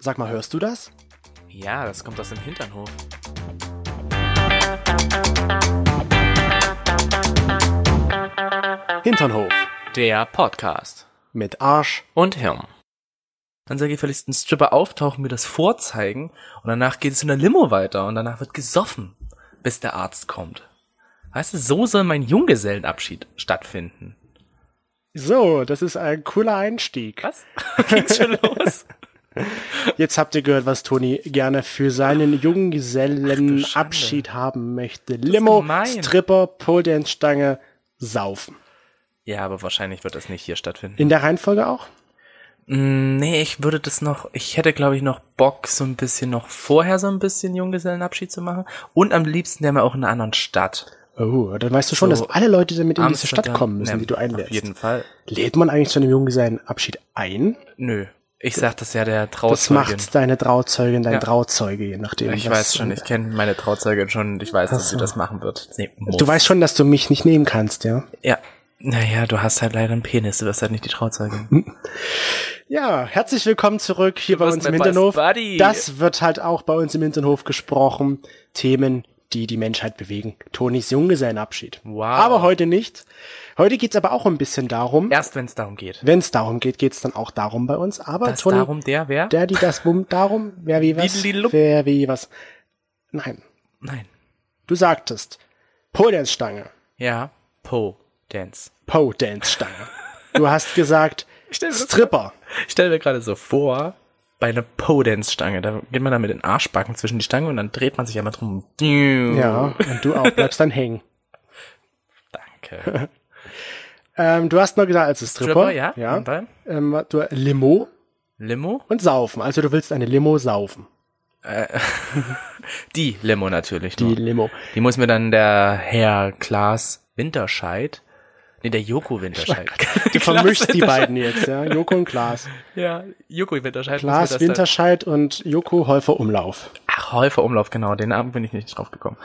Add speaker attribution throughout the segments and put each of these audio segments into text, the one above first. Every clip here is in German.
Speaker 1: Sag mal, hörst du das?
Speaker 2: Ja, das kommt aus dem Hinternhof.
Speaker 1: Hinternhof
Speaker 2: Der Podcast.
Speaker 1: mit Arsch.
Speaker 2: Und Hirn. Dann soll gefälligst ein Stripper auftauchen, mir das vorzeigen und danach geht es in der Limo weiter und danach wird gesoffen, bis der Arzt kommt. Weißt du, so soll mein Junggesellenabschied stattfinden.
Speaker 1: So, das ist ein cooler Einstieg.
Speaker 2: Was? Geht's schon los?
Speaker 1: Jetzt habt ihr gehört, was Toni gerne für seinen Junggesellenabschied haben möchte. Limo,
Speaker 2: gemein.
Speaker 1: Stripper, Pole Stange, saufen.
Speaker 2: Ja, aber wahrscheinlich wird das nicht hier stattfinden.
Speaker 1: In der Reihenfolge auch?
Speaker 2: Mm, Nee, ich würde das noch, ich hätte glaube ich noch Bock, so ein bisschen noch vorher so ein bisschen Junggesellenabschied zu machen. Und am liebsten wären wir auch in einer anderen Stadt.
Speaker 1: Oh, dann weißt du schon,
Speaker 2: So,
Speaker 1: dass alle Leute damit in diese Stadt
Speaker 2: Amsterdam-
Speaker 1: kommen müssen,
Speaker 2: Nee,
Speaker 1: die du einlädst.
Speaker 2: Auf jeden Fall.
Speaker 1: Lädt man eigentlich zu einem Junggesellenabschied ein?
Speaker 2: Nö. Ich sag das ja der
Speaker 1: Das
Speaker 2: Trauzeugin.
Speaker 1: macht deine Trauzeugin, dein
Speaker 2: Ja.
Speaker 1: Trauzeuge, je nachdem.
Speaker 2: Ich
Speaker 1: was-
Speaker 2: weiß schon, ich kenne meine Trauzeugin schon und ich weiß, dass sie das machen wird. Nee, muss.
Speaker 1: Du weißt schon, dass du mich nicht nehmen kannst, ja?
Speaker 2: Ja. Naja, du hast halt leider einen Penis, du wirst halt nicht die Trauzeugin.
Speaker 1: Hm? Ja, herzlich willkommen zurück hier
Speaker 2: Du
Speaker 1: bei
Speaker 2: warst
Speaker 1: uns
Speaker 2: mein
Speaker 1: im Hinternhof.
Speaker 2: Best Buddy.
Speaker 1: Das wird halt auch bei uns im Hinternhof gesprochen. Themen, die die Menschheit bewegen. Tonis Junggesellenabschied.
Speaker 2: Wow.
Speaker 1: Aber heute nicht. Heute geht's aber auch ein bisschen darum.
Speaker 2: Erst wenn es darum geht.
Speaker 1: Wenn es darum geht, geht's dann auch darum bei uns. Aber
Speaker 2: Das
Speaker 1: Toni,
Speaker 2: darum der, wer?
Speaker 1: der, die, das, wum, darum, wer wie was,
Speaker 2: Diddly-lup.
Speaker 1: wer wie was. Nein,
Speaker 2: Nein.
Speaker 1: du sagtest Poldanzstange,
Speaker 2: Ja. Po. Dance.
Speaker 1: Po-Dance-Stange. du hast gesagt
Speaker 2: stell mir das-
Speaker 1: Stripper.
Speaker 2: Ich stelle mir gerade so vor, bei einer Po-Dance-Stange, da geht man dann mit den Arschbacken zwischen die Stange und dann dreht man sich einmal drum.
Speaker 1: Ja, und du auch bleibst dann hängen.
Speaker 2: Danke.
Speaker 1: Ähm, du hast nur gesagt, also Stripper.
Speaker 2: Stripper, ja?
Speaker 1: ja.
Speaker 2: Und dann?
Speaker 1: Ähm, du, Limo
Speaker 2: Limo?
Speaker 1: und Saufen. Also du willst eine Limo saufen.
Speaker 2: Die Limo natürlich.
Speaker 1: Die
Speaker 2: nur.
Speaker 1: Limo.
Speaker 2: Die muss mir dann der Herr Klaas Winterscheid, nee, der Joko Winterscheid.
Speaker 1: Du
Speaker 2: Klaas
Speaker 1: vermischst die
Speaker 2: Winterscheid.
Speaker 1: beiden jetzt, ja. Joko und Klaas.
Speaker 2: Ja, Joko Winterscheid. muss mir
Speaker 1: Klaas
Speaker 2: das dann-
Speaker 1: Winterscheid und Joko Häufer Umlauf.
Speaker 2: Ach, Häufer Umlauf, genau, den Abend bin ich nicht drauf gekommen.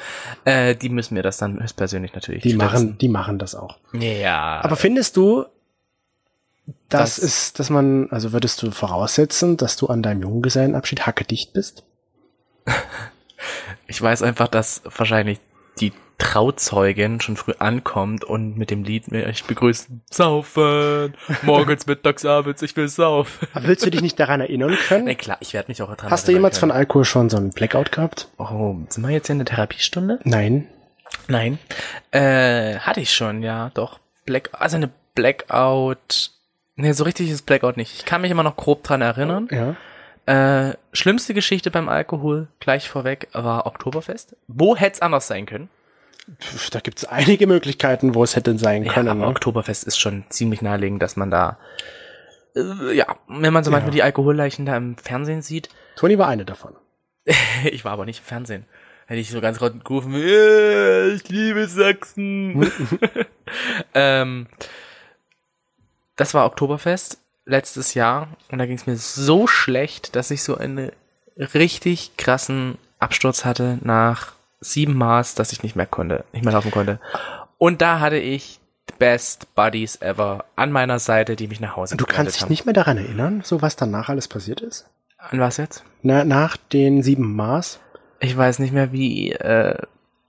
Speaker 2: Äh, die müssen mir das dann höchstpersönlich natürlich
Speaker 1: Die machen, die machen das auch.
Speaker 2: machen. Ja.
Speaker 1: Aber findest du, das,
Speaker 2: Das-
Speaker 1: ist, dass man, also würdest du voraussetzen, dass du an deinem Junggesellenabschied hackedicht bist?
Speaker 2: ich weiß einfach, dass wahrscheinlich die Trauzeugin schon früh ankommt und mit dem Lied mir ich begrüße saufen morgens mittags abends ich will saufen
Speaker 1: Aber willst du dich nicht daran erinnern können?
Speaker 2: na klar ich werde mich auch dran
Speaker 1: Hast du
Speaker 2: erinnern
Speaker 1: jemals
Speaker 2: können.
Speaker 1: von Alkohol schon so einen Blackout gehabt?
Speaker 2: Oh, sind wir jetzt hier in der Therapiestunde?
Speaker 1: Nein.
Speaker 2: Nein. Äh, hatte ich schon, ja, doch. Black, also eine Blackout. Nee, so richtig ist Blackout nicht. Ich kann mich immer noch grob dran erinnern.
Speaker 1: Ja.
Speaker 2: Äh, schlimmste Geschichte beim Alkohol, gleich vorweg, war Oktoberfest. Wo hätte es anders sein können?
Speaker 1: Pff, Da gibt's einige Möglichkeiten, wo es hätte sein können.
Speaker 2: ja, aber
Speaker 1: ne?
Speaker 2: Oktoberfest ist schon ziemlich naheliegend, dass man da, äh, ja, wenn man so manchmal die Alkoholleichen da im Fernsehen sieht.
Speaker 1: Toni war eine davon.
Speaker 2: Ich war aber nicht im Fernsehen. Hätte ich so ganz laut gerufen, "Äh, ich liebe Sachsen. ähm, das war Oktoberfest letztes Jahr und da ging es mir so schlecht, dass ich so einen richtig krassen Absturz hatte nach sieben Maß, dass ich nicht mehr konnte, nicht mehr laufen konnte. Und da hatte ich the best buddies ever an meiner Seite, die mich nach Hause
Speaker 1: Du
Speaker 2: begleitet
Speaker 1: kannst dich
Speaker 2: haben.
Speaker 1: nicht mehr daran erinnern, so was danach alles passiert ist?
Speaker 2: An was jetzt?
Speaker 1: Na, nach den sieben Mars?
Speaker 2: Ich weiß nicht mehr wie, äh,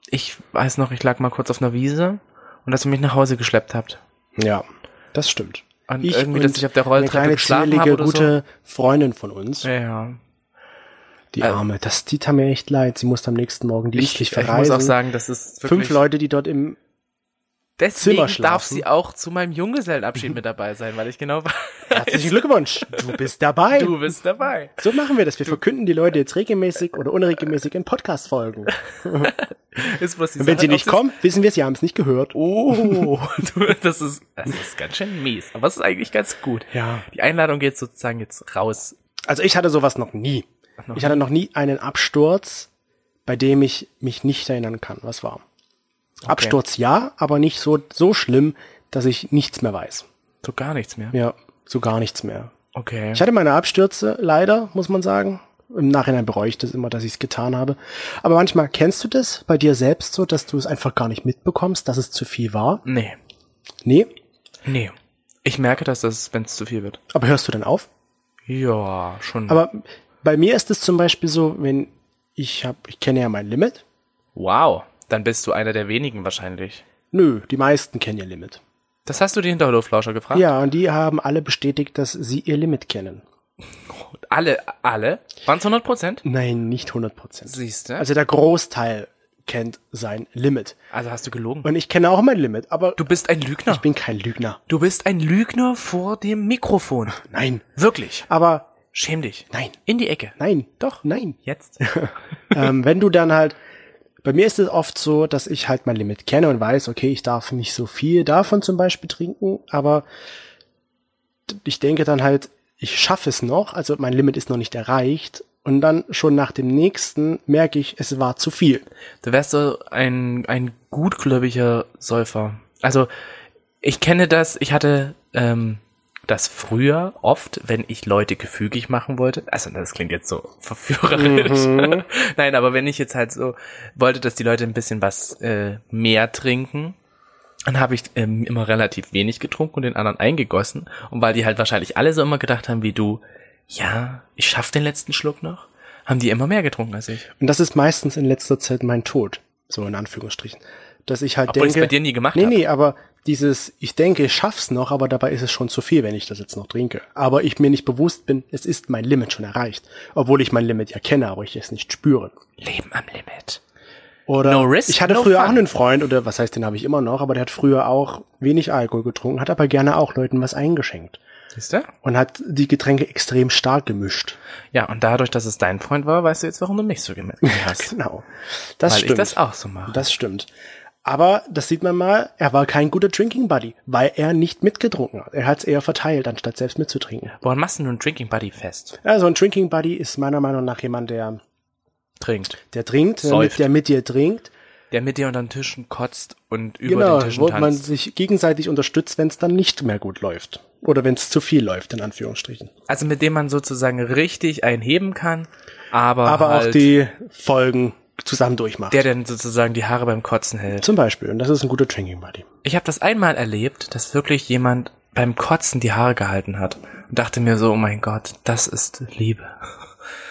Speaker 2: ich weiß noch, ich lag mal kurz auf einer Wiese und dass ihr mich nach Hause geschleppt habt.
Speaker 1: Ja, das stimmt.
Speaker 2: Und irgendwie, dass ich auf der
Speaker 1: eine
Speaker 2: Rolltreppe
Speaker 1: kleine,
Speaker 2: geschlafen
Speaker 1: zählige,
Speaker 2: habe oder so.
Speaker 1: gute Freundin von uns,
Speaker 2: Ja, ja.
Speaker 1: die
Speaker 2: Äh,
Speaker 1: Arme, das, die tat mir echt leid. Sie musste am nächsten Morgen
Speaker 2: Ich,
Speaker 1: dienstlich
Speaker 2: ich
Speaker 1: verreisen.
Speaker 2: muss auch sagen, das ist wirklich,
Speaker 1: Fünf Leute, die dort im...
Speaker 2: deswegen
Speaker 1: Zimmer schlafen.
Speaker 2: darf sie auch zu meinem Junggesellenabschied mit dabei sein, weil ich genau
Speaker 1: Herzlichen Glückwunsch, du bist dabei.
Speaker 2: du bist dabei.
Speaker 1: So machen wir das. Wir verkünden die Leute jetzt regelmäßig oder unregelmäßig in Podcast-Folgen.
Speaker 2: Ist bloß die
Speaker 1: Und wenn
Speaker 2: Sache,
Speaker 1: sie
Speaker 2: ob
Speaker 1: nicht kommen, wissen wir, sie haben es nicht gehört.
Speaker 2: Oh, du, das ist, das ist ganz schön mies, aber es ist eigentlich ganz gut.
Speaker 1: Ja.
Speaker 2: Die Einladung geht sozusagen jetzt raus.
Speaker 1: Also ich hatte sowas noch nie.
Speaker 2: Noch
Speaker 1: ich hatte noch nie einen Absturz, bei dem ich mich nicht erinnern kann, was war. Absturz ja, aber nicht so, so schlimm, dass ich nichts mehr weiß.
Speaker 2: So gar nichts mehr.
Speaker 1: Ja, so gar nichts mehr.
Speaker 2: Okay.
Speaker 1: Ich hatte meine Abstürze, leider, muss man sagen. Im Nachhinein bereue ich das immer, dass ich es getan habe. Aber manchmal kennst du das bei dir selbst so, dass du es einfach gar nicht mitbekommst, dass es zu viel war.
Speaker 2: nee.
Speaker 1: Nee,
Speaker 2: Nee. Ich merke, dass das, wenn es zu viel wird.
Speaker 1: aber hörst du dann auf?
Speaker 2: Ja, schon.
Speaker 1: Aber Bei mir ist es zum Beispiel so, wenn ich habe, ich kenne ja mein Limit.
Speaker 2: Wow, dann bist du einer der wenigen wahrscheinlich.
Speaker 1: Nö, die meisten kennen ihr Limit.
Speaker 2: Das hast du die Hinterhoflauscher gefragt?
Speaker 1: Ja, und die haben alle bestätigt, dass sie ihr Limit kennen.
Speaker 2: Alle, alle? Waren es 100 Prozent?
Speaker 1: Nein, nicht 100 Prozent.
Speaker 2: Siehst du? Also,
Speaker 1: Also der Großteil kennt sein Limit.
Speaker 2: hast du gelogen.
Speaker 1: Und ich kenne auch mein Limit, aber
Speaker 2: du bist ein Lügner.
Speaker 1: ich bin kein Lügner.
Speaker 2: Du bist ein Lügner vor dem Mikrofon.
Speaker 1: Nein.
Speaker 2: Wirklich.
Speaker 1: Aber
Speaker 2: Schäm dich.
Speaker 1: nein,
Speaker 2: In die Ecke.
Speaker 1: nein, doch, nein.
Speaker 2: Jetzt.
Speaker 1: ähm, wenn du dann halt, bei mir ist es oft so, dass ich halt mein Limit kenne und weiß, okay, ich darf nicht so viel davon zum Beispiel trinken, aber d- ich denke dann halt, ich schaffe es noch, also mein Limit ist noch nicht erreicht und dann schon nach dem nächsten merke ich, es war zu viel.
Speaker 2: Du wärst so ein, ein gutglaubiger Säufer. Also, ich kenne das, ich hatte ähm, das früher oft, wenn ich Leute gefügig machen wollte. Also, das klingt jetzt so verführerisch.
Speaker 1: Mhm.
Speaker 2: Nein, aber wenn ich jetzt halt so wollte, dass die Leute ein bisschen was äh, mehr trinken, dann habe ich ähm, immer relativ wenig getrunken und den anderen eingegossen. Und weil die halt wahrscheinlich alle so immer gedacht haben wie du, ja, ich schaff den letzten Schluck noch, haben die immer mehr getrunken als ich.
Speaker 1: Und das ist meistens in letzter Zeit mein Tod, so in Anführungsstrichen. Dass ich halt
Speaker 2: Obwohl ich es
Speaker 1: denke.
Speaker 2: bei dir nie gemacht
Speaker 1: Nee,
Speaker 2: habe.
Speaker 1: nee, aber dieses, ich denke, ich schaff's noch, aber dabei ist es schon zu viel, wenn ich das jetzt noch trinke. Aber ich mir nicht bewusst bin, es ist mein Limit schon erreicht. Obwohl ich mein Limit ja kenne, aber ich es nicht spüre.
Speaker 2: Leben am Limit.
Speaker 1: Oder
Speaker 2: No risk,
Speaker 1: ich hatte
Speaker 2: no
Speaker 1: früher
Speaker 2: fun.
Speaker 1: auch einen Freund, oder was heißt, den habe ich immer noch, aber der hat früher auch wenig Alkohol getrunken, hat aber gerne auch Leuten was eingeschenkt.
Speaker 2: Siehst du?
Speaker 1: Und hat die Getränke extrem stark gemischt.
Speaker 2: Ja, und dadurch, dass es dein Freund war, weißt du jetzt, warum du mich so gemerkt hast.
Speaker 1: Genau. Das
Speaker 2: weil
Speaker 1: stimmt.
Speaker 2: ich das auch so mache.
Speaker 1: Das stimmt. Aber das sieht man mal, er war kein guter Drinking Buddy, weil er nicht mitgetrunken hat. Er hat es eher verteilt, anstatt selbst mitzutrinken.
Speaker 2: Woran machst du nun Drinking Buddy fest?
Speaker 1: Also ein Drinking Buddy ist meiner Meinung nach jemand, der,
Speaker 2: Trinkt.
Speaker 1: der trinkt, der mit,
Speaker 2: Säuft.
Speaker 1: der mit dir trinkt.
Speaker 2: Der mit dir unter den Tischen kotzt und über
Speaker 1: genau,
Speaker 2: den Tischen
Speaker 1: wo man
Speaker 2: tanzt.
Speaker 1: sich gegenseitig unterstützt, wenn es dann nicht mehr gut läuft. Oder wenn es zu viel läuft, in Anführungsstrichen.
Speaker 2: Also mit dem man sozusagen richtig einheben kann, aber,
Speaker 1: Aber
Speaker 2: halt
Speaker 1: auch die Folgen zusammen durchmacht.
Speaker 2: der dann sozusagen die Haare beim Kotzen hält.
Speaker 1: Zum Beispiel. Und das ist ein guter Drinking Buddy.
Speaker 2: Ich habe das einmal erlebt, dass wirklich jemand beim Kotzen die Haare gehalten hat und dachte mir so, oh mein Gott, das ist Liebe.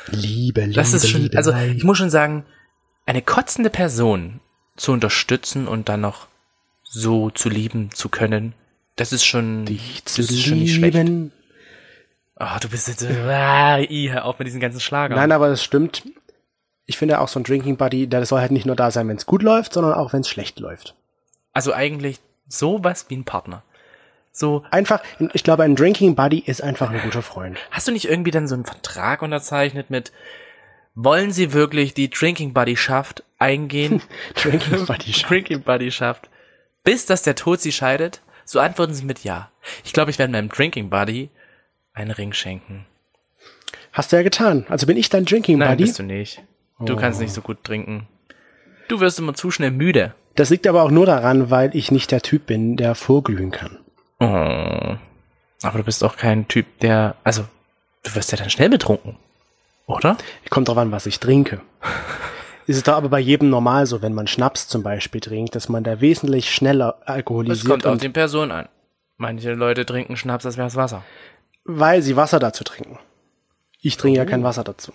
Speaker 1: Liebe, Liebe,
Speaker 2: Das ist schon,
Speaker 1: Liebe,
Speaker 2: also
Speaker 1: Liebe.
Speaker 2: ich muss schon sagen, eine kotzende Person zu unterstützen und dann noch so zu lieben zu können, das ist schon,
Speaker 1: dich
Speaker 2: das
Speaker 1: zu
Speaker 2: ist schon nicht schlecht.
Speaker 1: lieben.
Speaker 2: Oh, du bist jetzt, so- ah, ih, hör auf mit diesen ganzen Schlagern.
Speaker 1: Nein, aber das stimmt. Ich finde auch so ein Drinking Buddy, der soll halt nicht nur da sein, wenn es gut läuft, sondern auch wenn es schlecht läuft.
Speaker 2: Also eigentlich sowas wie ein Partner. So,
Speaker 1: Einfach, ich glaube, ein Drinking Buddy ist einfach ein guter Freund.
Speaker 2: hast du nicht irgendwie dann so einen Vertrag unterzeichnet mit, wollen sie wirklich die Drinking Buddy-Schaft eingehen?
Speaker 1: Drinking Buddy. scha-
Speaker 2: Drinking Buddy-Schaft. Bis dass der Tod sie scheidet? So antworten sie mit Ja. Ich glaube, ich werde meinem Drinking Buddy einen Ring schenken.
Speaker 1: Hast du ja getan. Also bin ich dein Drinking
Speaker 2: Nein,
Speaker 1: Buddy.
Speaker 2: bist du nicht. Du kannst nicht so gut trinken. Du wirst immer zu schnell müde.
Speaker 1: Das liegt aber auch nur daran, weil ich nicht der Typ bin, der vorglühen kann.
Speaker 2: Oh. Aber du bist auch kein Typ, der, also, du wirst ja dann schnell betrunken. Oder?
Speaker 1: Kommt drauf an, was ich trinke. Ist es da aber bei jedem normal so, wenn man Schnaps zum Beispiel trinkt, dass man da wesentlich schneller
Speaker 2: Es
Speaker 1: alkoholisiert
Speaker 2: kommt auf
Speaker 1: und
Speaker 2: die Person an. Manche Leute trinken Schnaps, als wär's Wasser.
Speaker 1: weil sie Wasser dazu trinken. Ich trinke ja
Speaker 2: Mhm.
Speaker 1: kein Wasser dazu.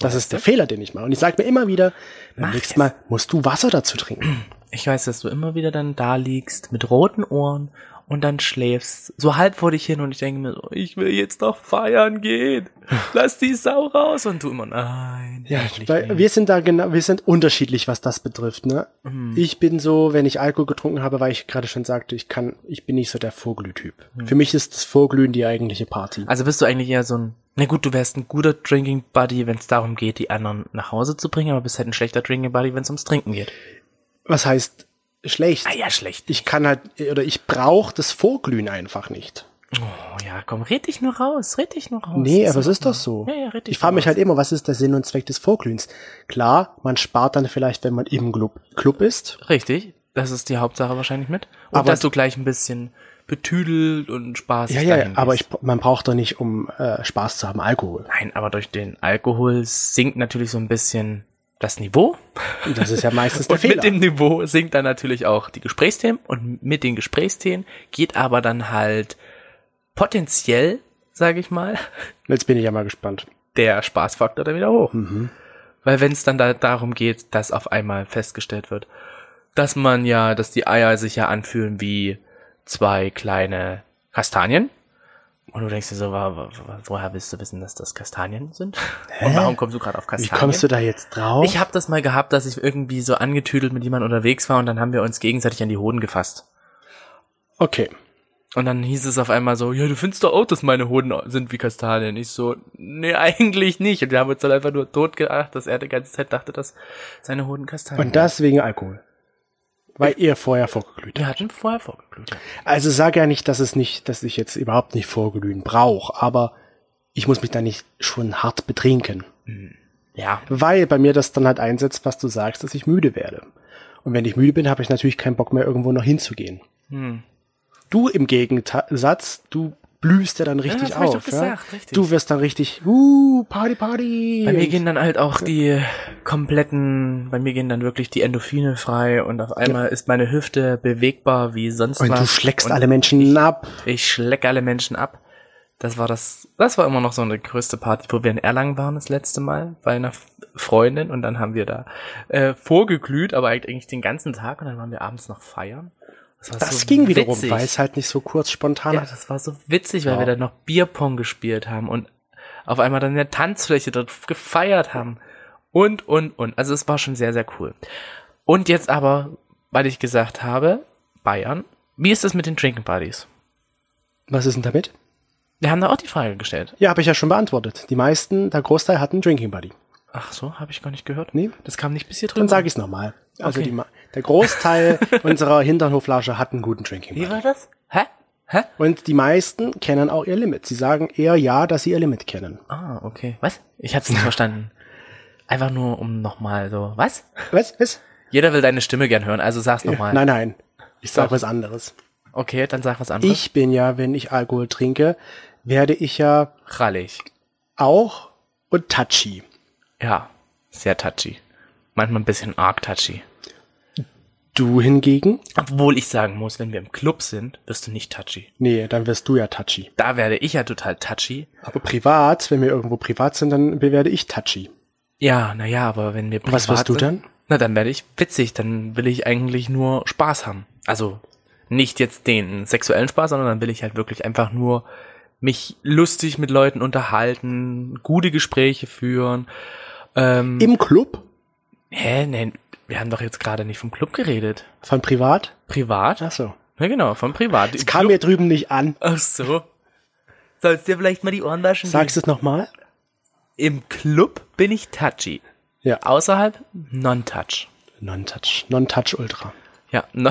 Speaker 1: Das ist der Fehler, den ich mache. Und ich sage mir immer wieder, beim
Speaker 2: Mach
Speaker 1: nächsten
Speaker 2: es.
Speaker 1: Mal musst du Wasser dazu trinken.
Speaker 2: Ich weiß, dass du immer wieder dann da liegst mit roten Ohren und dann schläfst. So halb vor dich hin und ich denke mir so, ich will jetzt doch feiern gehen. Lass die Sau raus. Und du immer, nein. endlich
Speaker 1: Weil
Speaker 2: nicht.
Speaker 1: wir sind da genau, wir sind unterschiedlich, was das betrifft. Ne?
Speaker 2: Mhm.
Speaker 1: Ich bin so, wenn ich Alkohol getrunken habe, weil ich gerade schon sagte, ich kann, ich bin nicht so der Vorglühtyp. Für mich ist das Vorglühen die eigentliche Party.
Speaker 2: Mhm. also bist du eigentlich eher so ein, na gut, du wärst ein guter Drinking Buddy, wenn es darum geht, die anderen nach Hause zu bringen, aber bist halt ein schlechter Drinking Buddy, wenn es ums Trinken geht.
Speaker 1: Was heißt schlecht?
Speaker 2: Ah ja, schlecht.
Speaker 1: Ich kann halt oder ich brauche das Vorglühen einfach nicht.
Speaker 2: Oh ja, komm, red dich nur raus, red dich nur raus.
Speaker 1: Nee, aber es ist doch so.
Speaker 2: Ja, ja, red dich
Speaker 1: ich frage mich
Speaker 2: raus.
Speaker 1: halt immer, was ist der Sinn und Zweck des Vorglühens? Klar, man spart dann vielleicht, wenn man im Club, Club ist.
Speaker 2: Richtig, das ist die Hauptsache wahrscheinlich mit. Und
Speaker 1: halt Aber-
Speaker 2: dass du gleich ein bisschen betüdelt und Spaß
Speaker 1: Ja, ja, ja,
Speaker 2: dahin
Speaker 1: aber
Speaker 2: gehst.
Speaker 1: ich, man braucht doch nicht, um äh, Spaß zu haben, Alkohol.
Speaker 2: Nein, aber durch den Alkohol sinkt natürlich so ein bisschen das Niveau.
Speaker 1: Und Das ist ja meistens der
Speaker 2: Und
Speaker 1: Fehler.
Speaker 2: mit dem Niveau sinkt dann natürlich auch die Gesprächsthemen. Und mit den Gesprächsthemen geht aber dann halt potenziell, sage ich mal,
Speaker 1: Jetzt bin ich ja mal gespannt.
Speaker 2: der Spaßfaktor dann wieder hoch.
Speaker 1: Mhm.
Speaker 2: Weil wenn es dann da darum geht, dass auf einmal festgestellt wird, dass man ja, dass die Eier sich ja anfühlen wie zwei kleine Kastanien. Und du denkst dir so, wa- wa- wa- woher willst du wissen, dass das Kastanien sind? Und warum kommst du gerade auf
Speaker 1: Wie
Speaker 2: Kastanien?
Speaker 1: kommst du da jetzt drauf?
Speaker 2: Ich habe das mal gehabt, dass ich irgendwie so angetüdelt mit jemandem unterwegs war und dann haben wir uns gegenseitig an die Hoden gefasst.
Speaker 1: okay.
Speaker 2: Und dann hieß es auf einmal so, ja, du findest doch auch, dass meine Hoden sind wie Kastanien. Ich so, nee, eigentlich nicht. Und wir haben uns dann einfach nur tot gedacht, dass er die ganze Zeit dachte, dass seine Hoden Kastanien
Speaker 1: Und das wegen Alkohol. Weil ihr vorher vorgeglüht
Speaker 2: Wir
Speaker 1: habt.
Speaker 2: hatten vorher vorgeglüht. ja.
Speaker 1: Also sag ja nicht, dass es nicht, dass ich jetzt überhaupt nicht vorglühen brauche, aber ich muss mich da nicht schon hart betrinken.
Speaker 2: Ja,
Speaker 1: Weil bei mir das dann halt einsetzt, was du sagst, dass ich müde werde. Und wenn ich müde bin, habe ich natürlich keinen Bock mehr, irgendwo noch hinzugehen.
Speaker 2: Hm.
Speaker 1: Du im Gegensatz, du blühst ja dann richtig
Speaker 2: das hab ich
Speaker 1: auf.
Speaker 2: doch gesagt,
Speaker 1: ja?
Speaker 2: richtig.
Speaker 1: Du wirst dann richtig, uh, Party, Party.
Speaker 2: bei mir
Speaker 1: Und
Speaker 2: gehen dann halt auch die kompletten, bei mir gehen dann wirklich die Endorphine frei und auf einmal ist meine Hüfte bewegbar wie sonst
Speaker 1: und
Speaker 2: was.
Speaker 1: du schlägst
Speaker 2: Und
Speaker 1: alle Menschen ab.
Speaker 2: Ich schlecke alle Menschen ab. Das war das, das war immer noch so eine größte Party, wo wir in Erlangen waren das letzte Mal bei einer F- Freundin und dann haben wir da äh, vorgeglüht, aber eigentlich den ganzen Tag und dann waren wir abends noch feiern. war
Speaker 1: Das
Speaker 2: so
Speaker 1: ging wiederum,
Speaker 2: witzig.
Speaker 1: weil es halt nicht so kurz spontan
Speaker 2: Ja, das war so witzig, weil
Speaker 1: Ja.
Speaker 2: wir dann noch Bierpong gespielt haben und auf einmal dann in der Tanzfläche dort gefeiert haben. Und, und, und. Also es war schon sehr, sehr cool. Und jetzt aber, weil ich gesagt habe, Bayern, wie ist das mit den Drinking Buddies?
Speaker 1: Was ist denn damit?
Speaker 2: Wir haben da auch die Frage gestellt.
Speaker 1: Ja, habe ich ja schon beantwortet. Die meisten, der Großteil hat einen Drinking Buddy.
Speaker 2: Ach so, habe ich gar nicht gehört.
Speaker 1: Nee.
Speaker 2: Das kam nicht bis hier drüben.
Speaker 1: Dann sage ich es nochmal. Also
Speaker 2: Okay.
Speaker 1: die, Ma- der Großteil unserer Hinternhoflage hat einen guten Drinking
Speaker 2: Wie
Speaker 1: Buddy.
Speaker 2: war das? Hä? Hä?
Speaker 1: Und die meisten kennen auch ihr Limit. Sie sagen eher ja, dass sie ihr Limit kennen.
Speaker 2: Ah, okay. Was? Ich hab's nicht verstanden. Einfach nur um nochmal so. Was?
Speaker 1: Was? Was?
Speaker 2: Jeder will deine Stimme gern hören, also sag's nochmal.
Speaker 1: Nein, nein. Ich sag
Speaker 2: Doch.
Speaker 1: was anderes.
Speaker 2: Okay, dann sag was anderes.
Speaker 1: Ich bin ja, wenn ich Alkohol trinke, werde ich ja
Speaker 2: Rallig.
Speaker 1: auch und touchy.
Speaker 2: Ja, sehr touchy. Manchmal ein bisschen arg touchy.
Speaker 1: Du hingegen?
Speaker 2: Obwohl ich sagen muss, wenn wir im Club sind, wirst du nicht touchy.
Speaker 1: Nee, dann wirst du ja touchy.
Speaker 2: Da werde ich ja total touchy.
Speaker 1: Aber privat, wenn wir irgendwo privat sind, dann werde ich touchy.
Speaker 2: Ja, naja, aber wenn wir
Speaker 1: was
Speaker 2: privat
Speaker 1: wirst du
Speaker 2: sind-
Speaker 1: dann?
Speaker 2: Na, dann werde ich witzig. Dann will ich eigentlich nur Spaß haben. Also nicht jetzt den sexuellen Spaß, sondern dann will ich halt wirklich einfach nur mich lustig mit Leuten unterhalten, gute Gespräche führen. Ähm,
Speaker 1: Im Club?
Speaker 2: hä, nein, wir haben doch jetzt gerade nicht vom Club geredet.
Speaker 1: Von privat?
Speaker 2: Privat?
Speaker 1: Ach so.
Speaker 2: Ja, genau, vom Privat.
Speaker 1: Es kam mir drüben nicht an.
Speaker 2: Ach so. Sollst dir vielleicht mal die Ohren waschen?
Speaker 1: Sagst du es nochmal?
Speaker 2: Im Club bin ich touchy.
Speaker 1: Ja.
Speaker 2: Außerhalb non-touch.
Speaker 1: Non-touch. Non-touch Ultra.
Speaker 2: Ja, no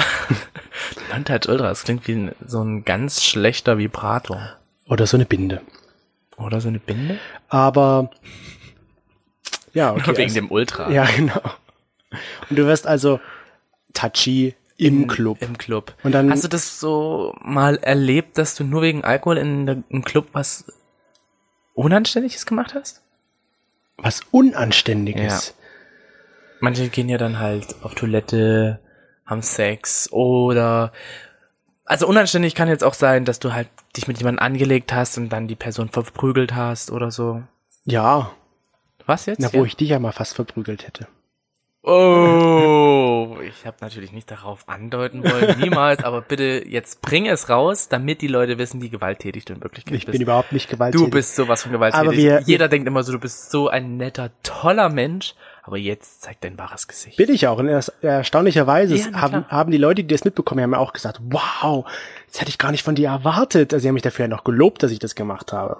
Speaker 2: non-touch ultra. Das klingt wie ein- so ein ganz schlechter Vibrator.
Speaker 1: Oder so eine Binde.
Speaker 2: Oder so eine Binde?
Speaker 1: Aber ja, okay.
Speaker 2: Wegen
Speaker 1: also-
Speaker 2: dem Ultra.
Speaker 1: Ja, genau. Und du wirst also touchy im Club.
Speaker 2: Im Club.
Speaker 1: Und dann-
Speaker 2: Hast du das so mal erlebt, dass du nur wegen Alkohol in der, im Club was Unanständiges gemacht hast?
Speaker 1: was Unanständiges.
Speaker 2: Manche gehen ja dann halt auf Toilette, haben Sex oder also unanständig kann jetzt auch sein, dass du halt dich mit jemandem angelegt hast und dann die Person verprügelt hast oder so.
Speaker 1: Ja,
Speaker 2: Was jetzt?
Speaker 1: na, wo ich dich ja mal fast verprügelt hätte.
Speaker 2: oh, ich habe natürlich nicht darauf andeuten wollen, niemals, aber bitte jetzt bring es raus, damit die Leute wissen, wie gewalttätig du in Wirklichkeit
Speaker 1: Ich
Speaker 2: bist.
Speaker 1: bin überhaupt nicht gewalttätig.
Speaker 2: du bist sowas von gewalttätig.
Speaker 1: Aber wir-
Speaker 2: Jeder denkt immer so, du bist so ein netter, toller Mensch, aber jetzt zeig dein wahres Gesicht.
Speaker 1: Bin ich auch. Und erst- erstaunlicherweise
Speaker 2: Ja,
Speaker 1: Weise
Speaker 2: na
Speaker 1: haben,
Speaker 2: klar.
Speaker 1: haben die Leute, die das mitbekommen haben, ja auch gesagt, wow, das hätte ich gar nicht von dir erwartet. Also sie haben mich dafür ja noch gelobt, dass ich das gemacht habe.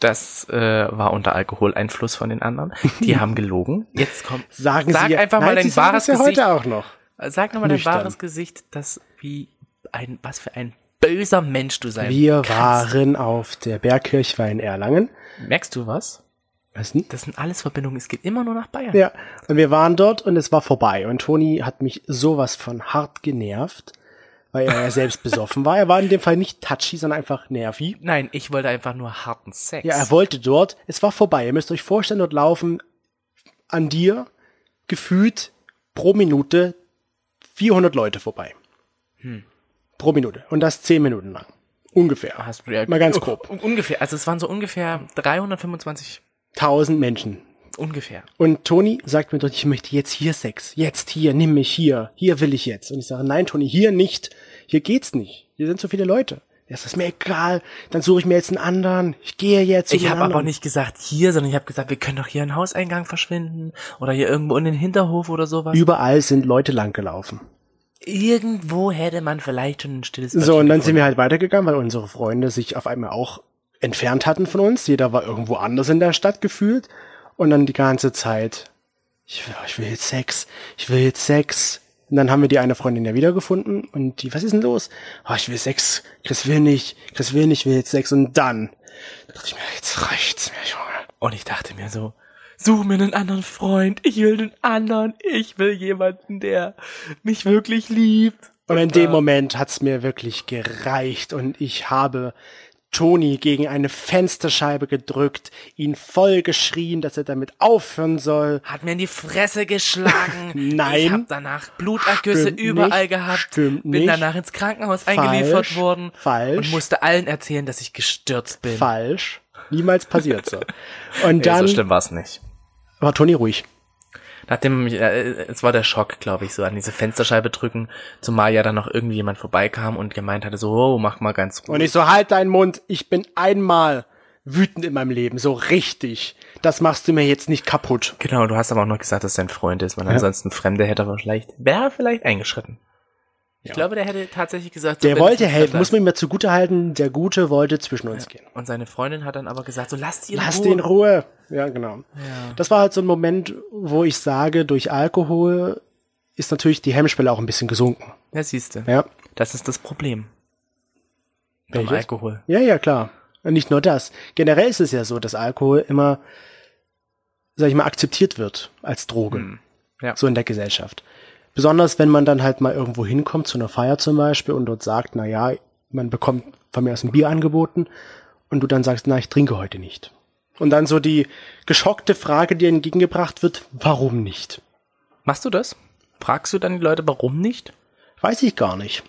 Speaker 2: Das äh, war unter Alkoholeinfluss von den anderen. Die haben gelogen. Jetzt kommt.
Speaker 1: Sagen
Speaker 2: Sag
Speaker 1: sie ja-
Speaker 2: einfach mal
Speaker 1: Nein,
Speaker 2: dein
Speaker 1: sie sagen
Speaker 2: wahres
Speaker 1: es ja
Speaker 2: Gesicht.
Speaker 1: heute auch noch.
Speaker 2: Sag nochmal dein
Speaker 1: Nüchtern.
Speaker 2: wahres Gesicht, das wie ein, was für ein böser Mensch du sein
Speaker 1: Wir
Speaker 2: kannst.
Speaker 1: waren auf der Bergkirchweih in Erlangen.
Speaker 2: Merkst du was?
Speaker 1: Was denn?
Speaker 2: Das sind alles Verbindungen. Es geht immer nur nach Bayern.
Speaker 1: Ja, und wir waren dort und es war vorbei. Und Toni hat mich sowas von hart genervt, weil er ja selbst besoffen war. Er war in dem Fall nicht touchy, sondern einfach nervy.
Speaker 2: Nein, ich wollte einfach nur harten Sex.
Speaker 1: Ja, er wollte dort, es war vorbei. Ihr müsst euch vorstellen, dort laufen an dir gefühlt pro Minute 400 Leute vorbei. Pro Minute. Und das 10 Minuten lang. Ungefähr.
Speaker 2: Hast du ja
Speaker 1: Mal ganz grob.
Speaker 2: Un ungefähr, also es waren so ungefähr 325
Speaker 1: Tausend Menschen.
Speaker 2: ungefähr.
Speaker 1: Und Toni sagt mir doch, ich möchte jetzt hier Sex. Jetzt hier, nimm mich hier. Hier will ich jetzt. Und ich sage, nein, Toni, hier nicht. Hier geht's nicht. Hier sind so viele Leute. Das ist mir egal. Dann suche ich mir jetzt einen anderen. Ich gehe jetzt. zu
Speaker 2: Ich habe
Speaker 1: jemand
Speaker 2: aber auch
Speaker 1: anderem.
Speaker 2: nicht gesagt hier, sondern ich habe gesagt, wir können doch hier einen Hauseingang verschwinden oder hier irgendwo in den Hinterhof oder sowas.
Speaker 1: Überall sind Leute langgelaufen.
Speaker 2: Irgendwo hätte man vielleicht schon ein stilles
Speaker 1: So, und dann sind wir halt weitergegangen, weil unsere Freunde sich auf einmal auch entfernt hatten von uns. Jeder war irgendwo anders in der Stadt gefühlt. Und dann die ganze Zeit, ich will, ich will jetzt Sex, ich will jetzt Sex. Und dann haben wir die eine Freundin ja wiedergefunden und die, was ist denn los? Oh, ich will Sex, Chris will nicht, Chris will nicht, ich will jetzt Sex. Und dann dachte ich mir, jetzt reicht's mir, Junge.
Speaker 2: Und ich dachte mir so, such mir einen anderen Freund, ich will einen anderen, ich will jemanden, der mich wirklich liebt.
Speaker 1: Und äh, in dem Moment hat's mir wirklich gereicht und ich habe Toni gegen eine Fensterscheibe gedrückt, ihn voll geschrien, dass er damit aufhören soll.
Speaker 2: Hat mir in die Fresse geschlagen.
Speaker 1: Nein.
Speaker 2: Ich habe danach Blutergüsse
Speaker 1: Stimmt
Speaker 2: überall
Speaker 1: nicht,
Speaker 2: gehabt.
Speaker 1: stimmt
Speaker 2: bin
Speaker 1: nicht.
Speaker 2: danach ins Krankenhaus eingeliefert worden.
Speaker 1: falsch.
Speaker 2: Und musste allen erzählen, dass ich gestürzt bin.
Speaker 1: Falsch. Niemals passiert so. Und dann
Speaker 2: war es nicht.
Speaker 1: war Toni ruhig.
Speaker 2: Nachdem mich, äh, es war der Schock, glaube ich, so an diese Fensterscheibe drücken, zumal ja dann noch irgendwie jemand vorbeikam und gemeint hatte, so, oh, mach mal ganz ruhig.
Speaker 1: Und ich so, halt deinen Mund, ich bin einmal wütend in meinem Leben, so richtig. Das machst du mir jetzt nicht kaputt.
Speaker 2: Genau, du hast aber auch noch gesagt, dass dein Freund ist, weil ansonsten Fremde hätte aber vielleicht, wäre vielleicht eingeschritten. Ich glaube, der hätte tatsächlich gesagt, so,
Speaker 1: Der
Speaker 2: wenn es
Speaker 1: wollte
Speaker 2: ein
Speaker 1: helfen,
Speaker 2: Fremder
Speaker 1: muss man ihm ja zugutehalten, der Gute wollte zwischen uns gehen.
Speaker 2: ist. Und seine Freundin hat dann aber gesagt, so, lass die in
Speaker 1: Lass
Speaker 2: Ruhe.
Speaker 1: den in Ruhe. Ja, genau. Das war halt so ein Moment, wo ich sage, durch Alkohol ist natürlich die Hemmschwelle auch ein bisschen gesunken.
Speaker 2: Ja, siehste.
Speaker 1: Ja.
Speaker 2: Das ist das Problem. Beim
Speaker 1: Welches?
Speaker 2: Alkohol.
Speaker 1: Ja, ja, klar. Und nicht nur das. Generell ist es ja so, dass Alkohol immer, sag ich mal, akzeptiert wird als Droge.
Speaker 2: Mhm. Hm. ja.
Speaker 1: So in der Gesellschaft. Besonders wenn man dann halt mal irgendwo hinkommt, zu einer Feier zum Beispiel, und dort sagt, na ja, man bekommt von mir aus ein Bier angeboten, und du dann sagst, na, ich trinke heute nicht. Und dann so die geschockte Frage, die entgegengebracht wird, warum nicht?
Speaker 2: Machst du das? Fragst du dann die Leute, warum nicht?
Speaker 1: Weiß ich gar nicht.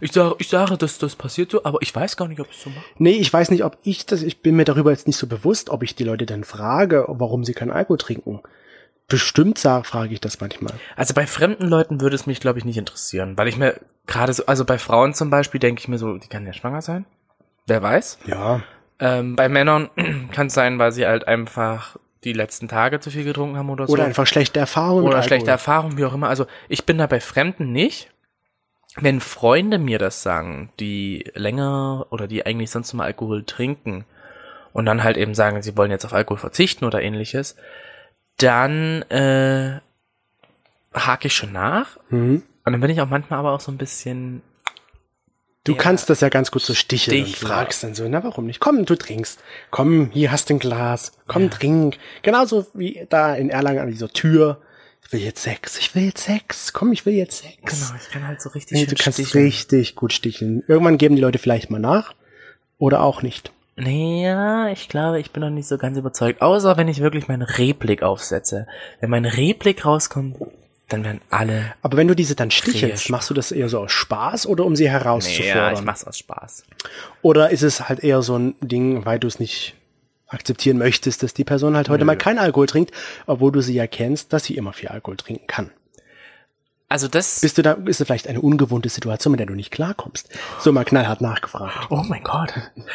Speaker 2: Ich sage, ich sage, dass das passiert so, aber ich weiß gar nicht, ob es so macht.
Speaker 1: Nee, ich weiß nicht, ob ich das, ich bin mir darüber jetzt nicht so bewusst, ob ich die Leute dann frage, warum sie keinen Alkohol trinken. Bestimmt sag, frage ich das manchmal.
Speaker 2: Also bei fremden Leuten würde es mich, glaube ich, nicht interessieren, weil ich mir gerade so, also bei Frauen zum Beispiel denke ich mir so, die kann ja schwanger sein. Wer weiß.
Speaker 1: Ja.
Speaker 2: Ähm, bei Männern kann es sein, weil sie halt einfach die letzten Tage zu viel getrunken haben oder so.
Speaker 1: Oder einfach schlechte Erfahrungen. mit
Speaker 2: oder
Speaker 1: Alkohol.
Speaker 2: schlechte Erfahrungen, wie auch immer. Also ich bin da bei Fremden nicht. Wenn Freunde mir das sagen, die länger oder die eigentlich sonst immer Alkohol trinken und dann halt eben sagen, sie wollen jetzt auf Alkohol verzichten oder ähnliches, dann äh, hake ich schon nach.
Speaker 1: Mhm.
Speaker 2: Und dann bin ich auch manchmal aber auch so ein bisschen.
Speaker 1: Du
Speaker 2: Ja.
Speaker 1: kannst das ja ganz gut so sticheln und
Speaker 2: Sticheln.
Speaker 1: fragst dann so, na warum nicht? Komm, du trinkst. Komm, hier hast du ein Glas. Komm, trink. Genauso wie da in Erlangen an dieser Tür. Ich will jetzt Sex. Ich will jetzt Sex. Komm, ich will jetzt Sex.
Speaker 2: Genau, ich kann halt so richtig
Speaker 1: Nee,
Speaker 2: schön
Speaker 1: du kannst
Speaker 2: sticheln.
Speaker 1: richtig gut sticheln. Irgendwann geben die Leute vielleicht mal nach. Oder auch nicht.
Speaker 2: Naja, ich glaube, ich bin noch nicht so ganz überzeugt. Außer wenn ich wirklich meinen Replik aufsetze. Wenn mein Replik rauskommt, dann werden alle.
Speaker 1: Aber wenn du diese dann stichelst,
Speaker 2: Kriegst.
Speaker 1: machst du das eher so aus Spaß oder um sie
Speaker 2: Ja, ich
Speaker 1: herauszufordern?
Speaker 2: mach's aus Spaß.
Speaker 1: oder ist es halt eher so ein Ding, weil du es nicht akzeptieren möchtest, dass die Person halt heute mal keinen Alkohol trinkt, obwohl du sie ja kennst, dass sie immer viel Alkohol trinken kann.
Speaker 2: Also das.
Speaker 1: Bist du da, ist es vielleicht eine ungewohnte Situation, mit der du nicht klarkommst? So mal knallhart nachgefragt.
Speaker 2: oh mein Gott.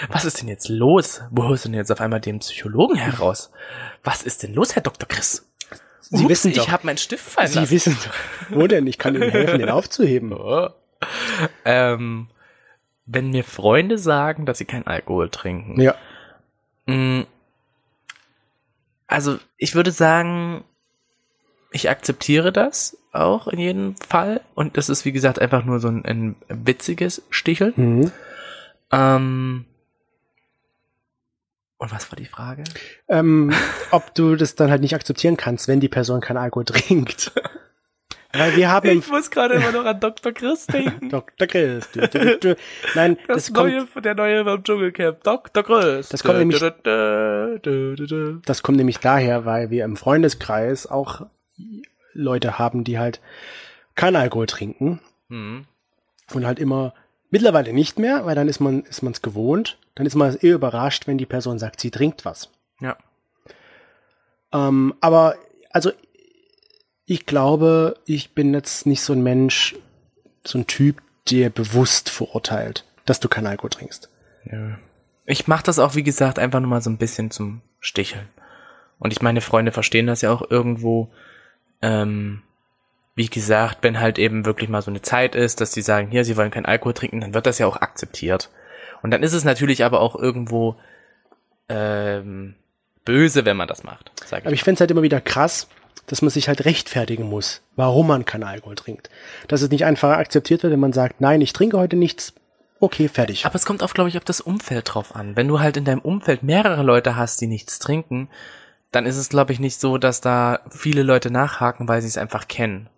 Speaker 2: Was ist denn jetzt los? Wo holst du denn jetzt auf einmal den Psychologen heraus? Was ist denn los, Herr Dr. Chris?
Speaker 1: Sie wissen doch,
Speaker 2: ich habe meinen Stift fallen
Speaker 1: Sie
Speaker 2: lassen. Äh.
Speaker 1: wissen doch, wo denn? Ich kann Ihnen helfen, den aufzuheben.
Speaker 2: ähm, wenn mir Freunde sagen, dass sie keinen Alkohol trinken,
Speaker 1: Ja.
Speaker 2: Mm. Also, ich würde sagen, ich akzeptiere das auch in jedem Fall. Und das ist, wie gesagt, einfach nur so ein, ein witziges Sticheln.
Speaker 1: Mhm.
Speaker 2: Ähm, und was war die Frage?
Speaker 1: Ähm, ob du das dann halt nicht akzeptieren kannst, wenn die Person keinen Alkohol trinkt. Weil wir haben im
Speaker 2: muss gerade immer noch an Dr. Chris denken.
Speaker 1: Dr. Chris. Du, du, du. Nein, das, kommt,
Speaker 2: der Hm? neue beim Dschungelcamp, Dr. Chris.
Speaker 1: Das kommt nämlich- das kommt nämlich daher, weil wir im Freundeskreis auch Leute haben, die halt keinen Alkohol trinken
Speaker 2: Hm.
Speaker 1: und halt immer Mittlerweile nicht mehr, weil dann ist man ist man's gewohnt. Dann ist man eh überrascht, wenn die Person sagt, sie trinkt was.
Speaker 2: Ja.
Speaker 1: Ähm, aber also ich glaube, ich bin jetzt nicht so ein Mensch, so ein Typ, der bewusst verurteilt, dass du keinen Alkohol trinkst.
Speaker 2: Nö. Ich mache das auch, wie gesagt, einfach nur mal so ein bisschen zum Sticheln. Und ich meine, Freunde verstehen das ja auch irgendwo. Ähm, wie gesagt, wenn halt eben wirklich mal so eine Zeit ist, dass die sagen, hier, sie wollen keinen Alkohol trinken, dann wird das ja auch akzeptiert. Und dann ist es natürlich aber auch irgendwo ähm, böse, wenn man das macht. Sag ich.
Speaker 1: Aber ich find's halt immer wieder krass, dass man sich halt rechtfertigen muss, warum man keinen Alkohol trinkt. Dass es nicht einfach akzeptiert wird, wenn man sagt, nein, ich trinke heute nichts. Okay, fertig.
Speaker 2: Aber es kommt auch, glaube ich, auf das Umfeld drauf an. Wenn du halt in deinem Umfeld mehrere Leute hast, die nichts trinken, dann ist es, glaube ich, nicht so, dass da viele Leute nachhaken, weil sie es einfach kennen.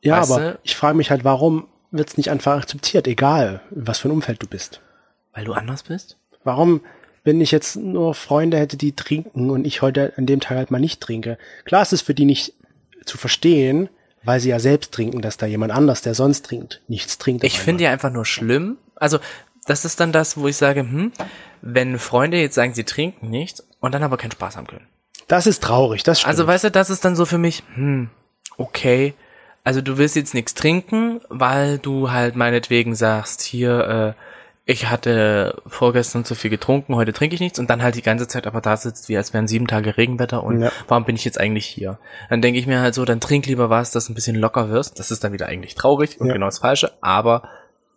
Speaker 1: ja,
Speaker 2: weißt
Speaker 1: aber
Speaker 2: du?
Speaker 1: ich frage mich halt, warum wird's nicht einfach akzeptiert, egal in was für ein Umfeld du bist.
Speaker 2: Weil du anders bist?
Speaker 1: Warum, wenn ich jetzt nur Freunde hätte, die trinken und ich heute an dem Tag halt mal nicht trinke? Klar ist es für die nicht zu verstehen, weil sie ja selbst trinken, dass da jemand anders, der sonst trinkt, nichts trinkt.
Speaker 2: Ich finde ja einfach nur schlimm. Also, das ist dann das, wo ich sage, hm, wenn Freunde jetzt sagen, sie trinken nicht und dann aber keinen Spaß haben können.
Speaker 1: Das ist traurig, das stimmt.
Speaker 2: Also, weißt du, das ist dann so für mich, hm, okay. Also, du willst jetzt nichts trinken, weil du halt meinetwegen sagst, hier, äh, ich hatte vorgestern zu viel getrunken, heute trinke ich nichts und dann halt die ganze Zeit aber da sitzt, wie als wären sieben Tage Regenwetter und
Speaker 1: Ja.
Speaker 2: warum bin ich jetzt eigentlich hier? Dann denke ich mir halt so, dann trink lieber was, dass du ein bisschen locker wirst. Das ist dann wieder eigentlich traurig und
Speaker 1: Ja.
Speaker 2: genau das Falsche, aber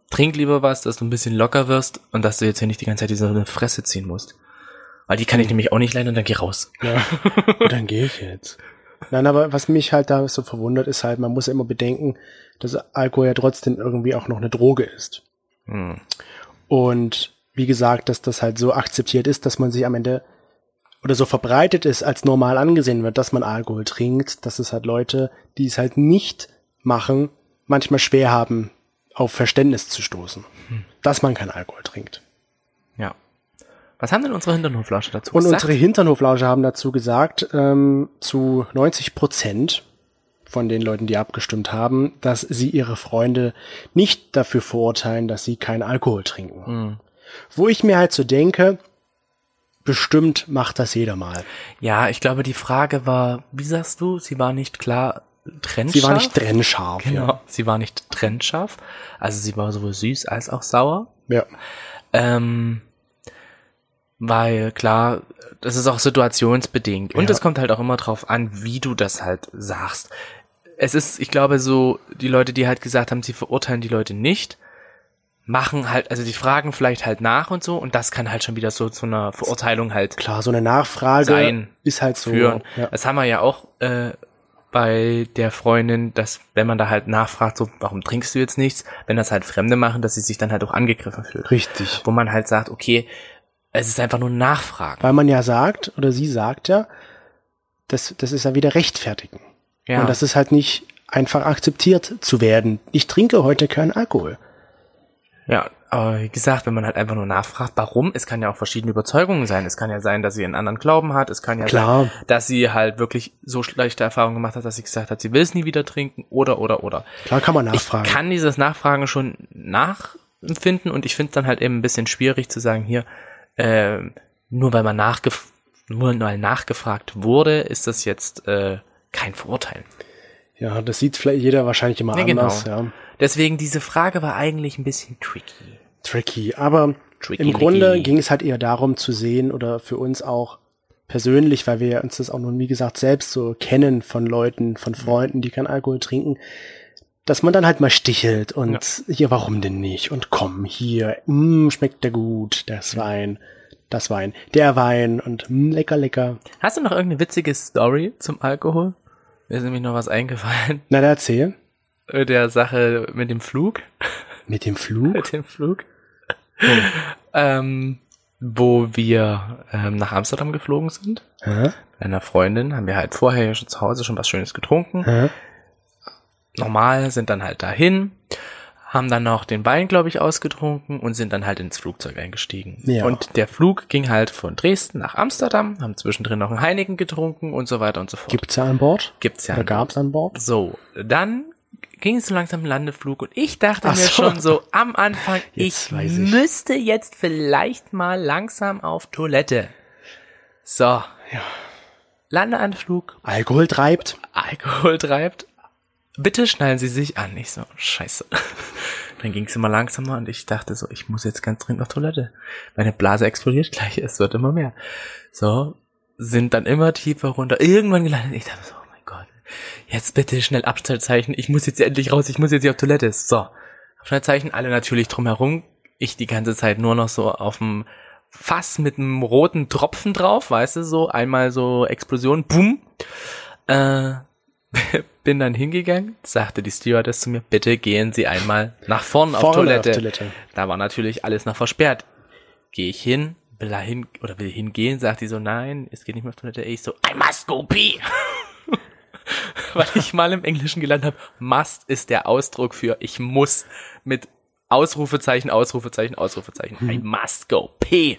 Speaker 2: trink lieber was, dass du ein bisschen locker wirst und dass du jetzt hier nicht die ganze Zeit diese Fresse ziehen musst. Weil die kann ich nämlich auch nicht leiden und dann geh raus.
Speaker 1: Ja. Und dann gehe ich jetzt. Nein, aber was mich halt da so verwundert, ist halt, man muss ja immer bedenken, dass Alkohol ja trotzdem irgendwie auch noch eine Droge ist.
Speaker 2: Hm.
Speaker 1: Und wie gesagt, dass das halt so akzeptiert ist, dass man sich am Ende oder so verbreitet ist, als normal angesehen wird, dass man Alkohol trinkt, dass es halt Leute, die es halt nicht machen, manchmal schwer haben, auf Verständnis zu stoßen, dass man keinen Alkohol trinkt.
Speaker 2: Ja. Was haben denn unsere Hinternhoflausche dazu
Speaker 1: Und
Speaker 2: gesagt?
Speaker 1: unsere Hinternhoflausche haben dazu gesagt, ähm, zu 90 Prozent von den Leuten, die abgestimmt haben, dass sie ihre Freunde nicht dafür verurteilen, dass sie keinen Alkohol trinken.
Speaker 2: Mhm.
Speaker 1: Wo ich mir halt so denke, bestimmt macht das jeder mal.
Speaker 2: ja, ich glaube, die Frage war, wie sagst du, sie war nicht klar trennscharf?
Speaker 1: Sie war nicht trennscharf.
Speaker 2: Genau, sie war nicht trennscharf. Also sie war sowohl süß als auch sauer.
Speaker 1: Ja.
Speaker 2: Ähm, weil klar, das ist auch situationsbedingt. Und
Speaker 1: Ja.
Speaker 2: es kommt halt auch immer drauf an, wie du das halt sagst. Es ist, ich glaube, so, die Leute, die halt gesagt haben, sie verurteilen die Leute nicht, machen halt, also die fragen vielleicht halt nach und so, und das kann halt schon wieder so zu einer Verurteilung halt
Speaker 1: Klar, so eine Nachfrage
Speaker 2: Sein.
Speaker 1: ist halt so.
Speaker 2: führen.
Speaker 1: Ja.
Speaker 2: Das haben wir ja auch äh, bei der Freundin, dass wenn man da halt nachfragt, so, warum trinkst du jetzt nichts, wenn das halt Fremde machen, dass sie sich dann halt auch angegriffen fühlt.
Speaker 1: Richtig.
Speaker 2: Wo man halt sagt, okay, es ist einfach nur ein Nachfragen.
Speaker 1: Weil man ja sagt, oder sie sagt ja, das, das ist ja wieder rechtfertigen.
Speaker 2: Ja.
Speaker 1: Und das ist halt nicht einfach akzeptiert zu werden. Ich trinke heute keinen Alkohol.
Speaker 2: Ja, aber wie gesagt, wenn man halt einfach nur nachfragt, warum, es kann ja auch verschiedene Überzeugungen sein. Es kann ja sein, dass sie einen anderen Glauben hat, es kann ja
Speaker 1: Klar.
Speaker 2: sein, dass sie halt wirklich so schlechte Erfahrungen gemacht hat, dass sie gesagt hat, sie will es nie wieder trinken oder oder oder.
Speaker 1: Klar kann man
Speaker 2: Ich
Speaker 1: nachfragen.
Speaker 2: kann dieses Nachfragen schon nachempfinden und ich finde es dann halt eben ein bisschen schwierig zu sagen, hier, ähm, nur weil man nachgef nur weil nachgefragt wurde, ist das jetzt äh, kein Verurteilen.
Speaker 1: ja, das sieht vielleicht jeder wahrscheinlich immer
Speaker 2: Ja, genau.
Speaker 1: anders. Ja.
Speaker 2: Deswegen, diese Frage war eigentlich ein bisschen tricky.
Speaker 1: Tricky. Aber
Speaker 2: Tricky,
Speaker 1: im Grunde
Speaker 2: licky.
Speaker 1: ging es halt eher darum zu sehen oder für uns auch persönlich, weil wir uns das auch nun, wie gesagt, selbst so kennen von Leuten, von Freunden, die keinen Alkohol trinken, dass man dann halt mal stichelt und hier, warum denn nicht? Und komm, hier, mm, schmeckt der gut, das Wein, das Wein, der Wein und mm, lecker, lecker.
Speaker 2: Hast du noch irgendeine witzige Story zum Alkohol? Mir ist nämlich noch was eingefallen
Speaker 1: Na, dann erzähl.
Speaker 2: äh, der Sache mit dem Flug,
Speaker 1: Mit dem Flug?
Speaker 2: mit dem Flug, ähm, wo wir ähm, nach Amsterdam geflogen sind.
Speaker 1: Hä?
Speaker 2: Mit einer Freundin haben wir halt vorher ja schon zu Hause schon was Schönes getrunken.
Speaker 1: Hä?
Speaker 2: Normal sind dann halt dahin, haben dann noch den Wein, glaube ich, ausgetrunken und sind dann halt ins Flugzeug eingestiegen.
Speaker 1: Ja.
Speaker 2: Und der Flug ging halt von Dresden nach Amsterdam, haben zwischendrin noch einen Heineken getrunken und so weiter und so fort.
Speaker 1: Gibt's ja an Bord?
Speaker 2: Gibt's ja.
Speaker 1: Oder
Speaker 2: nicht.
Speaker 1: gab's an Bord?
Speaker 2: So, dann ging es so langsam Landeflug und ich dachte
Speaker 1: Ach
Speaker 2: mir
Speaker 1: so.
Speaker 2: schon so am Anfang,
Speaker 1: Jetzt
Speaker 2: ich,
Speaker 1: weiß ich.
Speaker 2: müsste jetzt vielleicht mal langsam auf Toilette. So. Landeanflug,
Speaker 1: Alkohol treibt.
Speaker 2: Alkohol treibt. Bitte schnallen Sie sich an. Ich so, scheiße. Dann ging es immer langsamer und ich dachte so, ich muss jetzt ganz dringend auf Toilette. Meine Blase explodiert gleich, es wird immer mehr. So, sind dann immer tiefer runter. Irgendwann gelandet. Ich dachte so, oh mein Gott, jetzt bitte schnell Abstellzeichen. Ich muss jetzt hier endlich raus, ich muss jetzt hier auf Toilette. So, Abstellzeichen, alle natürlich drumherum. Ich die ganze Zeit nur noch so auf dem Fass mit einem roten Tropfen drauf, weißt du, so einmal so Explosion, boom, äh, bin dann hingegangen, sagte die Stewardess zu mir, bitte gehen Sie einmal nach vorn auf,
Speaker 1: Vorne
Speaker 2: Toilette.
Speaker 1: auf Toilette.
Speaker 2: Da war natürlich alles noch versperrt. Gehe ich hin, will da hin, oder will hingehen, sagt die so, nein, es geht nicht mehr auf Toilette. Ich so, I must go pee. Weil ich mal im Englischen gelernt habe, must ist der Ausdruck für ich muss mit Ausrufezeichen, Ausrufezeichen, Ausrufezeichen. I
Speaker 1: Mhm.
Speaker 2: must go pee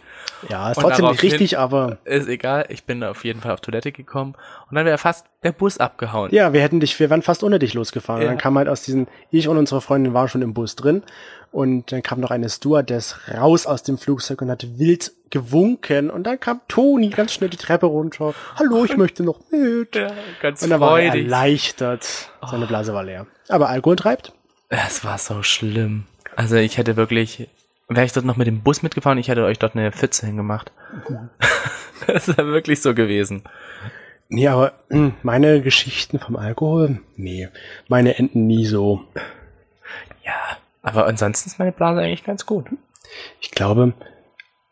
Speaker 1: Ja, ist
Speaker 2: Und
Speaker 1: trotzdem nicht
Speaker 2: daraufhin-
Speaker 1: richtig, aber
Speaker 2: ist egal, ich bin auf jeden Fall auf Toilette gekommen und dann wäre fast der Bus abgehauen.
Speaker 1: ja, wir hätten dich, wir wären fast ohne dich losgefahren. Und
Speaker 2: Ja.
Speaker 1: Dann kam halt aus diesen, ich und unsere Freundin waren schon im Bus drin und dann kam noch eine Stewardess raus aus dem Flugzeug und hat wild gewunken und dann kam Toni ganz schnell die Treppe runter. Hallo, ich möchte noch mit.
Speaker 2: Ja, ganz
Speaker 1: Und dann war er
Speaker 2: freudig. Oh.
Speaker 1: erleichtert. Seine Blase war leer. Aber Alkohol treibt.
Speaker 2: Es war so schlimm. Also ich hätte wirklich, wäre ich dort noch mit dem Bus mitgefahren, ich hätte euch dort eine Pfütze hingemacht. Es wäre wirklich so gewesen.
Speaker 1: Nee, aber mh, meine Geschichten vom Alkohol, nee, meine enden nie so.
Speaker 2: Ja, aber ansonsten ist meine Blase eigentlich ganz gut.
Speaker 1: Ich glaube,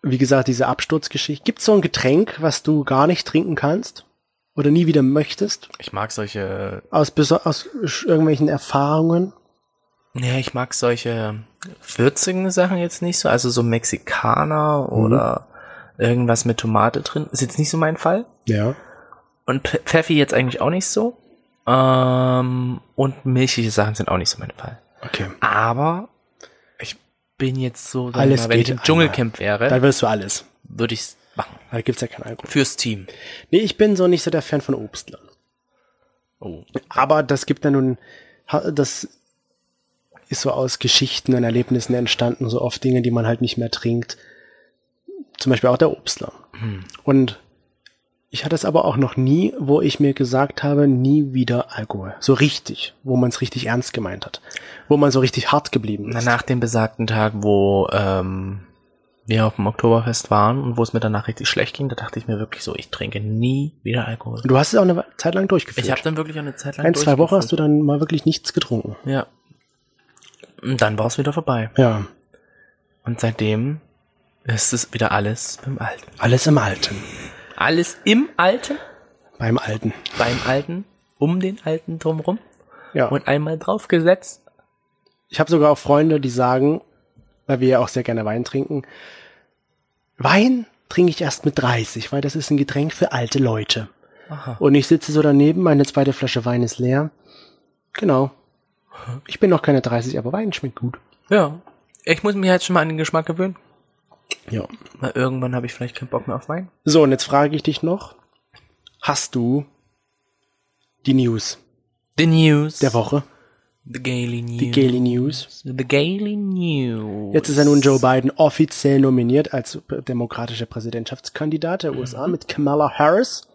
Speaker 1: wie gesagt, diese Absturzgeschichte. Gibt es so ein Getränk, was du gar nicht trinken kannst oder nie wieder möchtest?
Speaker 2: Ich mag solche,
Speaker 1: Aus, beso- aus sch- irgendwelchen Erfahrungen?
Speaker 2: ja, ich mag solche würzigen Sachen jetzt nicht so, also so Mexikaner oder irgendwas mit Tomate drin. Ist jetzt nicht so mein Fall.
Speaker 1: Ja.
Speaker 2: Und P- Pfeffi jetzt eigentlich auch nicht so. Ähm, und milchige Sachen sind auch nicht so mein Fall.
Speaker 1: Okay.
Speaker 2: Aber ich bin jetzt so, sag ich
Speaker 1: Alles
Speaker 2: mal, wenn
Speaker 1: geht
Speaker 2: ich im
Speaker 1: einmal.
Speaker 2: Dschungelcamp wäre,
Speaker 1: Da wirst du alles.
Speaker 2: würde ich es machen.
Speaker 1: Da gibt's ja keinen Alkohol.
Speaker 2: Fürs Team.
Speaker 1: Nee, ich bin so nicht so der Fan von Obstlern.
Speaker 2: Oh.
Speaker 1: Aber das gibt ja nun, ha- das ist so aus Geschichten und Erlebnissen entstanden, so oft Dinge, die man halt nicht mehr trinkt. Zum Beispiel auch der Obstler. Und ich hatte es aber auch noch nie, wo ich mir gesagt habe, nie wieder Alkohol. So richtig, wo man es richtig ernst gemeint hat. Wo man so richtig hart geblieben ist.
Speaker 2: Nach dem besagten Tag, wo ähm, wir auf dem Oktoberfest waren und wo es mir danach richtig schlecht ging, da dachte ich mir wirklich so, ich trinke nie wieder Alkohol.
Speaker 1: Und du hast es auch eine Zeit lang durchgeführt.
Speaker 2: Ich habe dann wirklich auch eine Zeit lang
Speaker 1: Ein, zwei Wochen hast du dann mal wirklich nichts getrunken.
Speaker 2: durchgeführt. Ja. Und dann war es wieder vorbei.
Speaker 1: Ja,
Speaker 2: Und seitdem ist es wieder alles beim Alten.
Speaker 1: alles im Alten.
Speaker 2: Alles im Alten,
Speaker 1: Beim Alten.
Speaker 2: beim Alten, um den Alten drumrum
Speaker 1: Ja.
Speaker 2: und einmal draufgesetzt.
Speaker 1: Ich habe sogar auch Freunde, die sagen, weil wir ja auch sehr gerne Wein trinken, Wein trinke ich erst mit 30, weil das ist ein Getränk für alte Leute.
Speaker 2: Aha.
Speaker 1: Und ich sitze so daneben, meine zweite Flasche Wein ist leer. Genau. Ich bin noch keine 30, aber Wein schmeckt gut.
Speaker 2: Ja. Ich muss mich jetzt schon mal an den Geschmack gewöhnen.
Speaker 1: Ja.
Speaker 2: Weil irgendwann habe ich vielleicht keinen Bock mehr auf Wein.
Speaker 1: So, und jetzt frage ich dich noch, hast du die News
Speaker 2: The News.
Speaker 1: der Woche?
Speaker 2: The Gaily News.
Speaker 1: Die Gaily News?
Speaker 2: The Gaily News.
Speaker 1: Jetzt ist ja nun Joe Biden offiziell nominiert als demokratischer Präsidentschaftskandidat der USA mit Kamala Harris.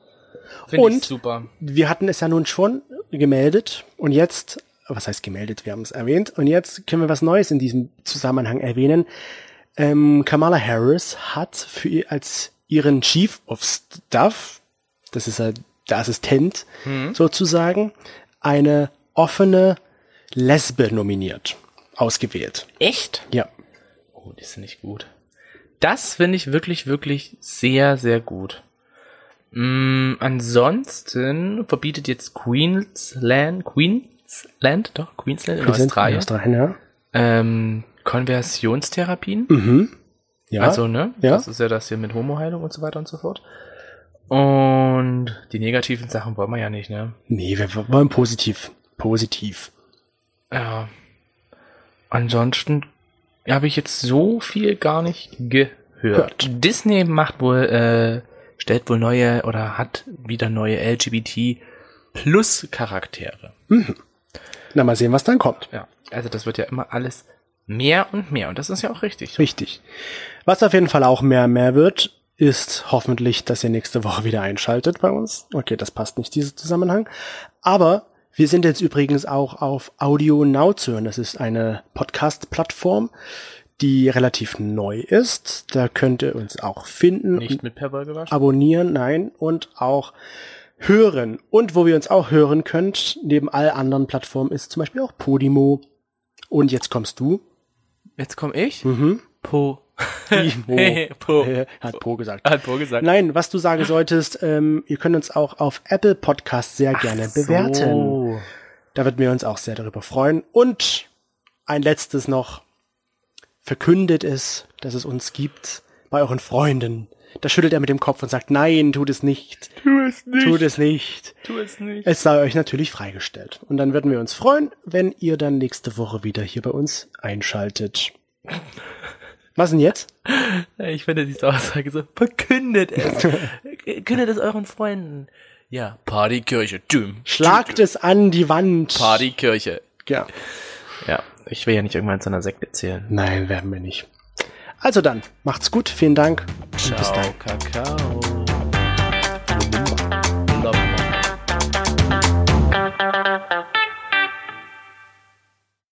Speaker 2: Find
Speaker 1: und-
Speaker 2: ich super.
Speaker 1: wir hatten es ja nun schon gemeldet und jetzt, was heißt gemeldet, wir haben es erwähnt und jetzt können wir was Neues in diesem Zusammenhang erwähnen. Ähm, Kamala Harris hat für ihr, als ihren Chief of Staff, das ist ja der Assistent sozusagen, eine offene Lesbe nominiert, ausgewählt.
Speaker 2: Echt?
Speaker 1: Ja.
Speaker 2: Oh, die sind nicht gut. Das finde ich wirklich, wirklich sehr, sehr gut. Mm, ansonsten verbietet jetzt Queensland, Queensland, doch, Queensland in Australien,
Speaker 1: Australien, ja.
Speaker 2: ähm, Konversionstherapien.
Speaker 1: ja.
Speaker 2: Also, ne?
Speaker 1: Ja.
Speaker 2: Das ist ja das hier mit Homoheilung und so weiter und so fort. Und die negativen Sachen wollen wir ja nicht, ne?
Speaker 1: nee, wir wollen positiv. Positiv.
Speaker 2: Ja. Ansonsten habe ich jetzt so viel gar nicht gehört.
Speaker 1: Hört.
Speaker 2: Disney macht wohl, äh, stellt wohl neue oder hat wieder neue LGBT Plus Charaktere.
Speaker 1: Na, mal sehen, was dann kommt.
Speaker 2: Ja, also das wird ja immer alles mehr und mehr und das ist ja auch richtig.
Speaker 1: Richtig. Was auf jeden Fall auch mehr und mehr wird, ist hoffentlich, dass ihr nächste Woche wieder einschaltet bei uns. Okay, das passt nicht, dieser Zusammenhang. Aber wir sind jetzt übrigens auch auf Audio Now zu hören. Das ist eine Podcast-Plattform, die relativ neu ist. Da könnt ihr uns auch finden,
Speaker 2: Nicht mit Pepper gewaschen.
Speaker 1: abonnieren, nein, und auch hören. Und wo wir uns auch hören könnt, neben all anderen Plattformen, ist zum Beispiel auch Podimo. Und jetzt kommst du.
Speaker 2: Jetzt komme ich.
Speaker 1: Ah. Mhm.
Speaker 2: Po.
Speaker 1: Podimo.
Speaker 2: po.
Speaker 1: Äh, Hat Po gesagt.
Speaker 2: Hat Po gesagt.
Speaker 1: Nein, was du sagen solltest, ähm, ihr könnt uns auch auf Apple Podcast sehr gerne bewerten.
Speaker 2: So.
Speaker 1: Da würden wir uns auch sehr darüber freuen. Und ein letztes noch. Verkündet es, dass es uns gibt bei euren Freunden. Da schüttelt er mit dem Kopf und sagt, nein, tut es nicht,
Speaker 2: Tu es nicht.
Speaker 1: tut es nicht.
Speaker 2: Tu es nicht.
Speaker 1: Es sei euch natürlich freigestellt. Und dann würden wir uns freuen, wenn ihr dann nächste Woche wieder hier bei uns einschaltet. Was denn jetzt?
Speaker 2: Ich finde diese Aussage so, verkündet es. Kündet es euren Freunden. Ja, Partykirche. Düm.
Speaker 1: Schlagt es an die Wand.
Speaker 2: Partykirche.
Speaker 1: Ja.
Speaker 2: Ja, ich will ja nicht irgendwann zu einer Sekte zählen.
Speaker 1: Nein, werden wir nicht. Also dann, macht's gut, vielen Dank und bis dann.
Speaker 2: Kakao.
Speaker 3: Bum,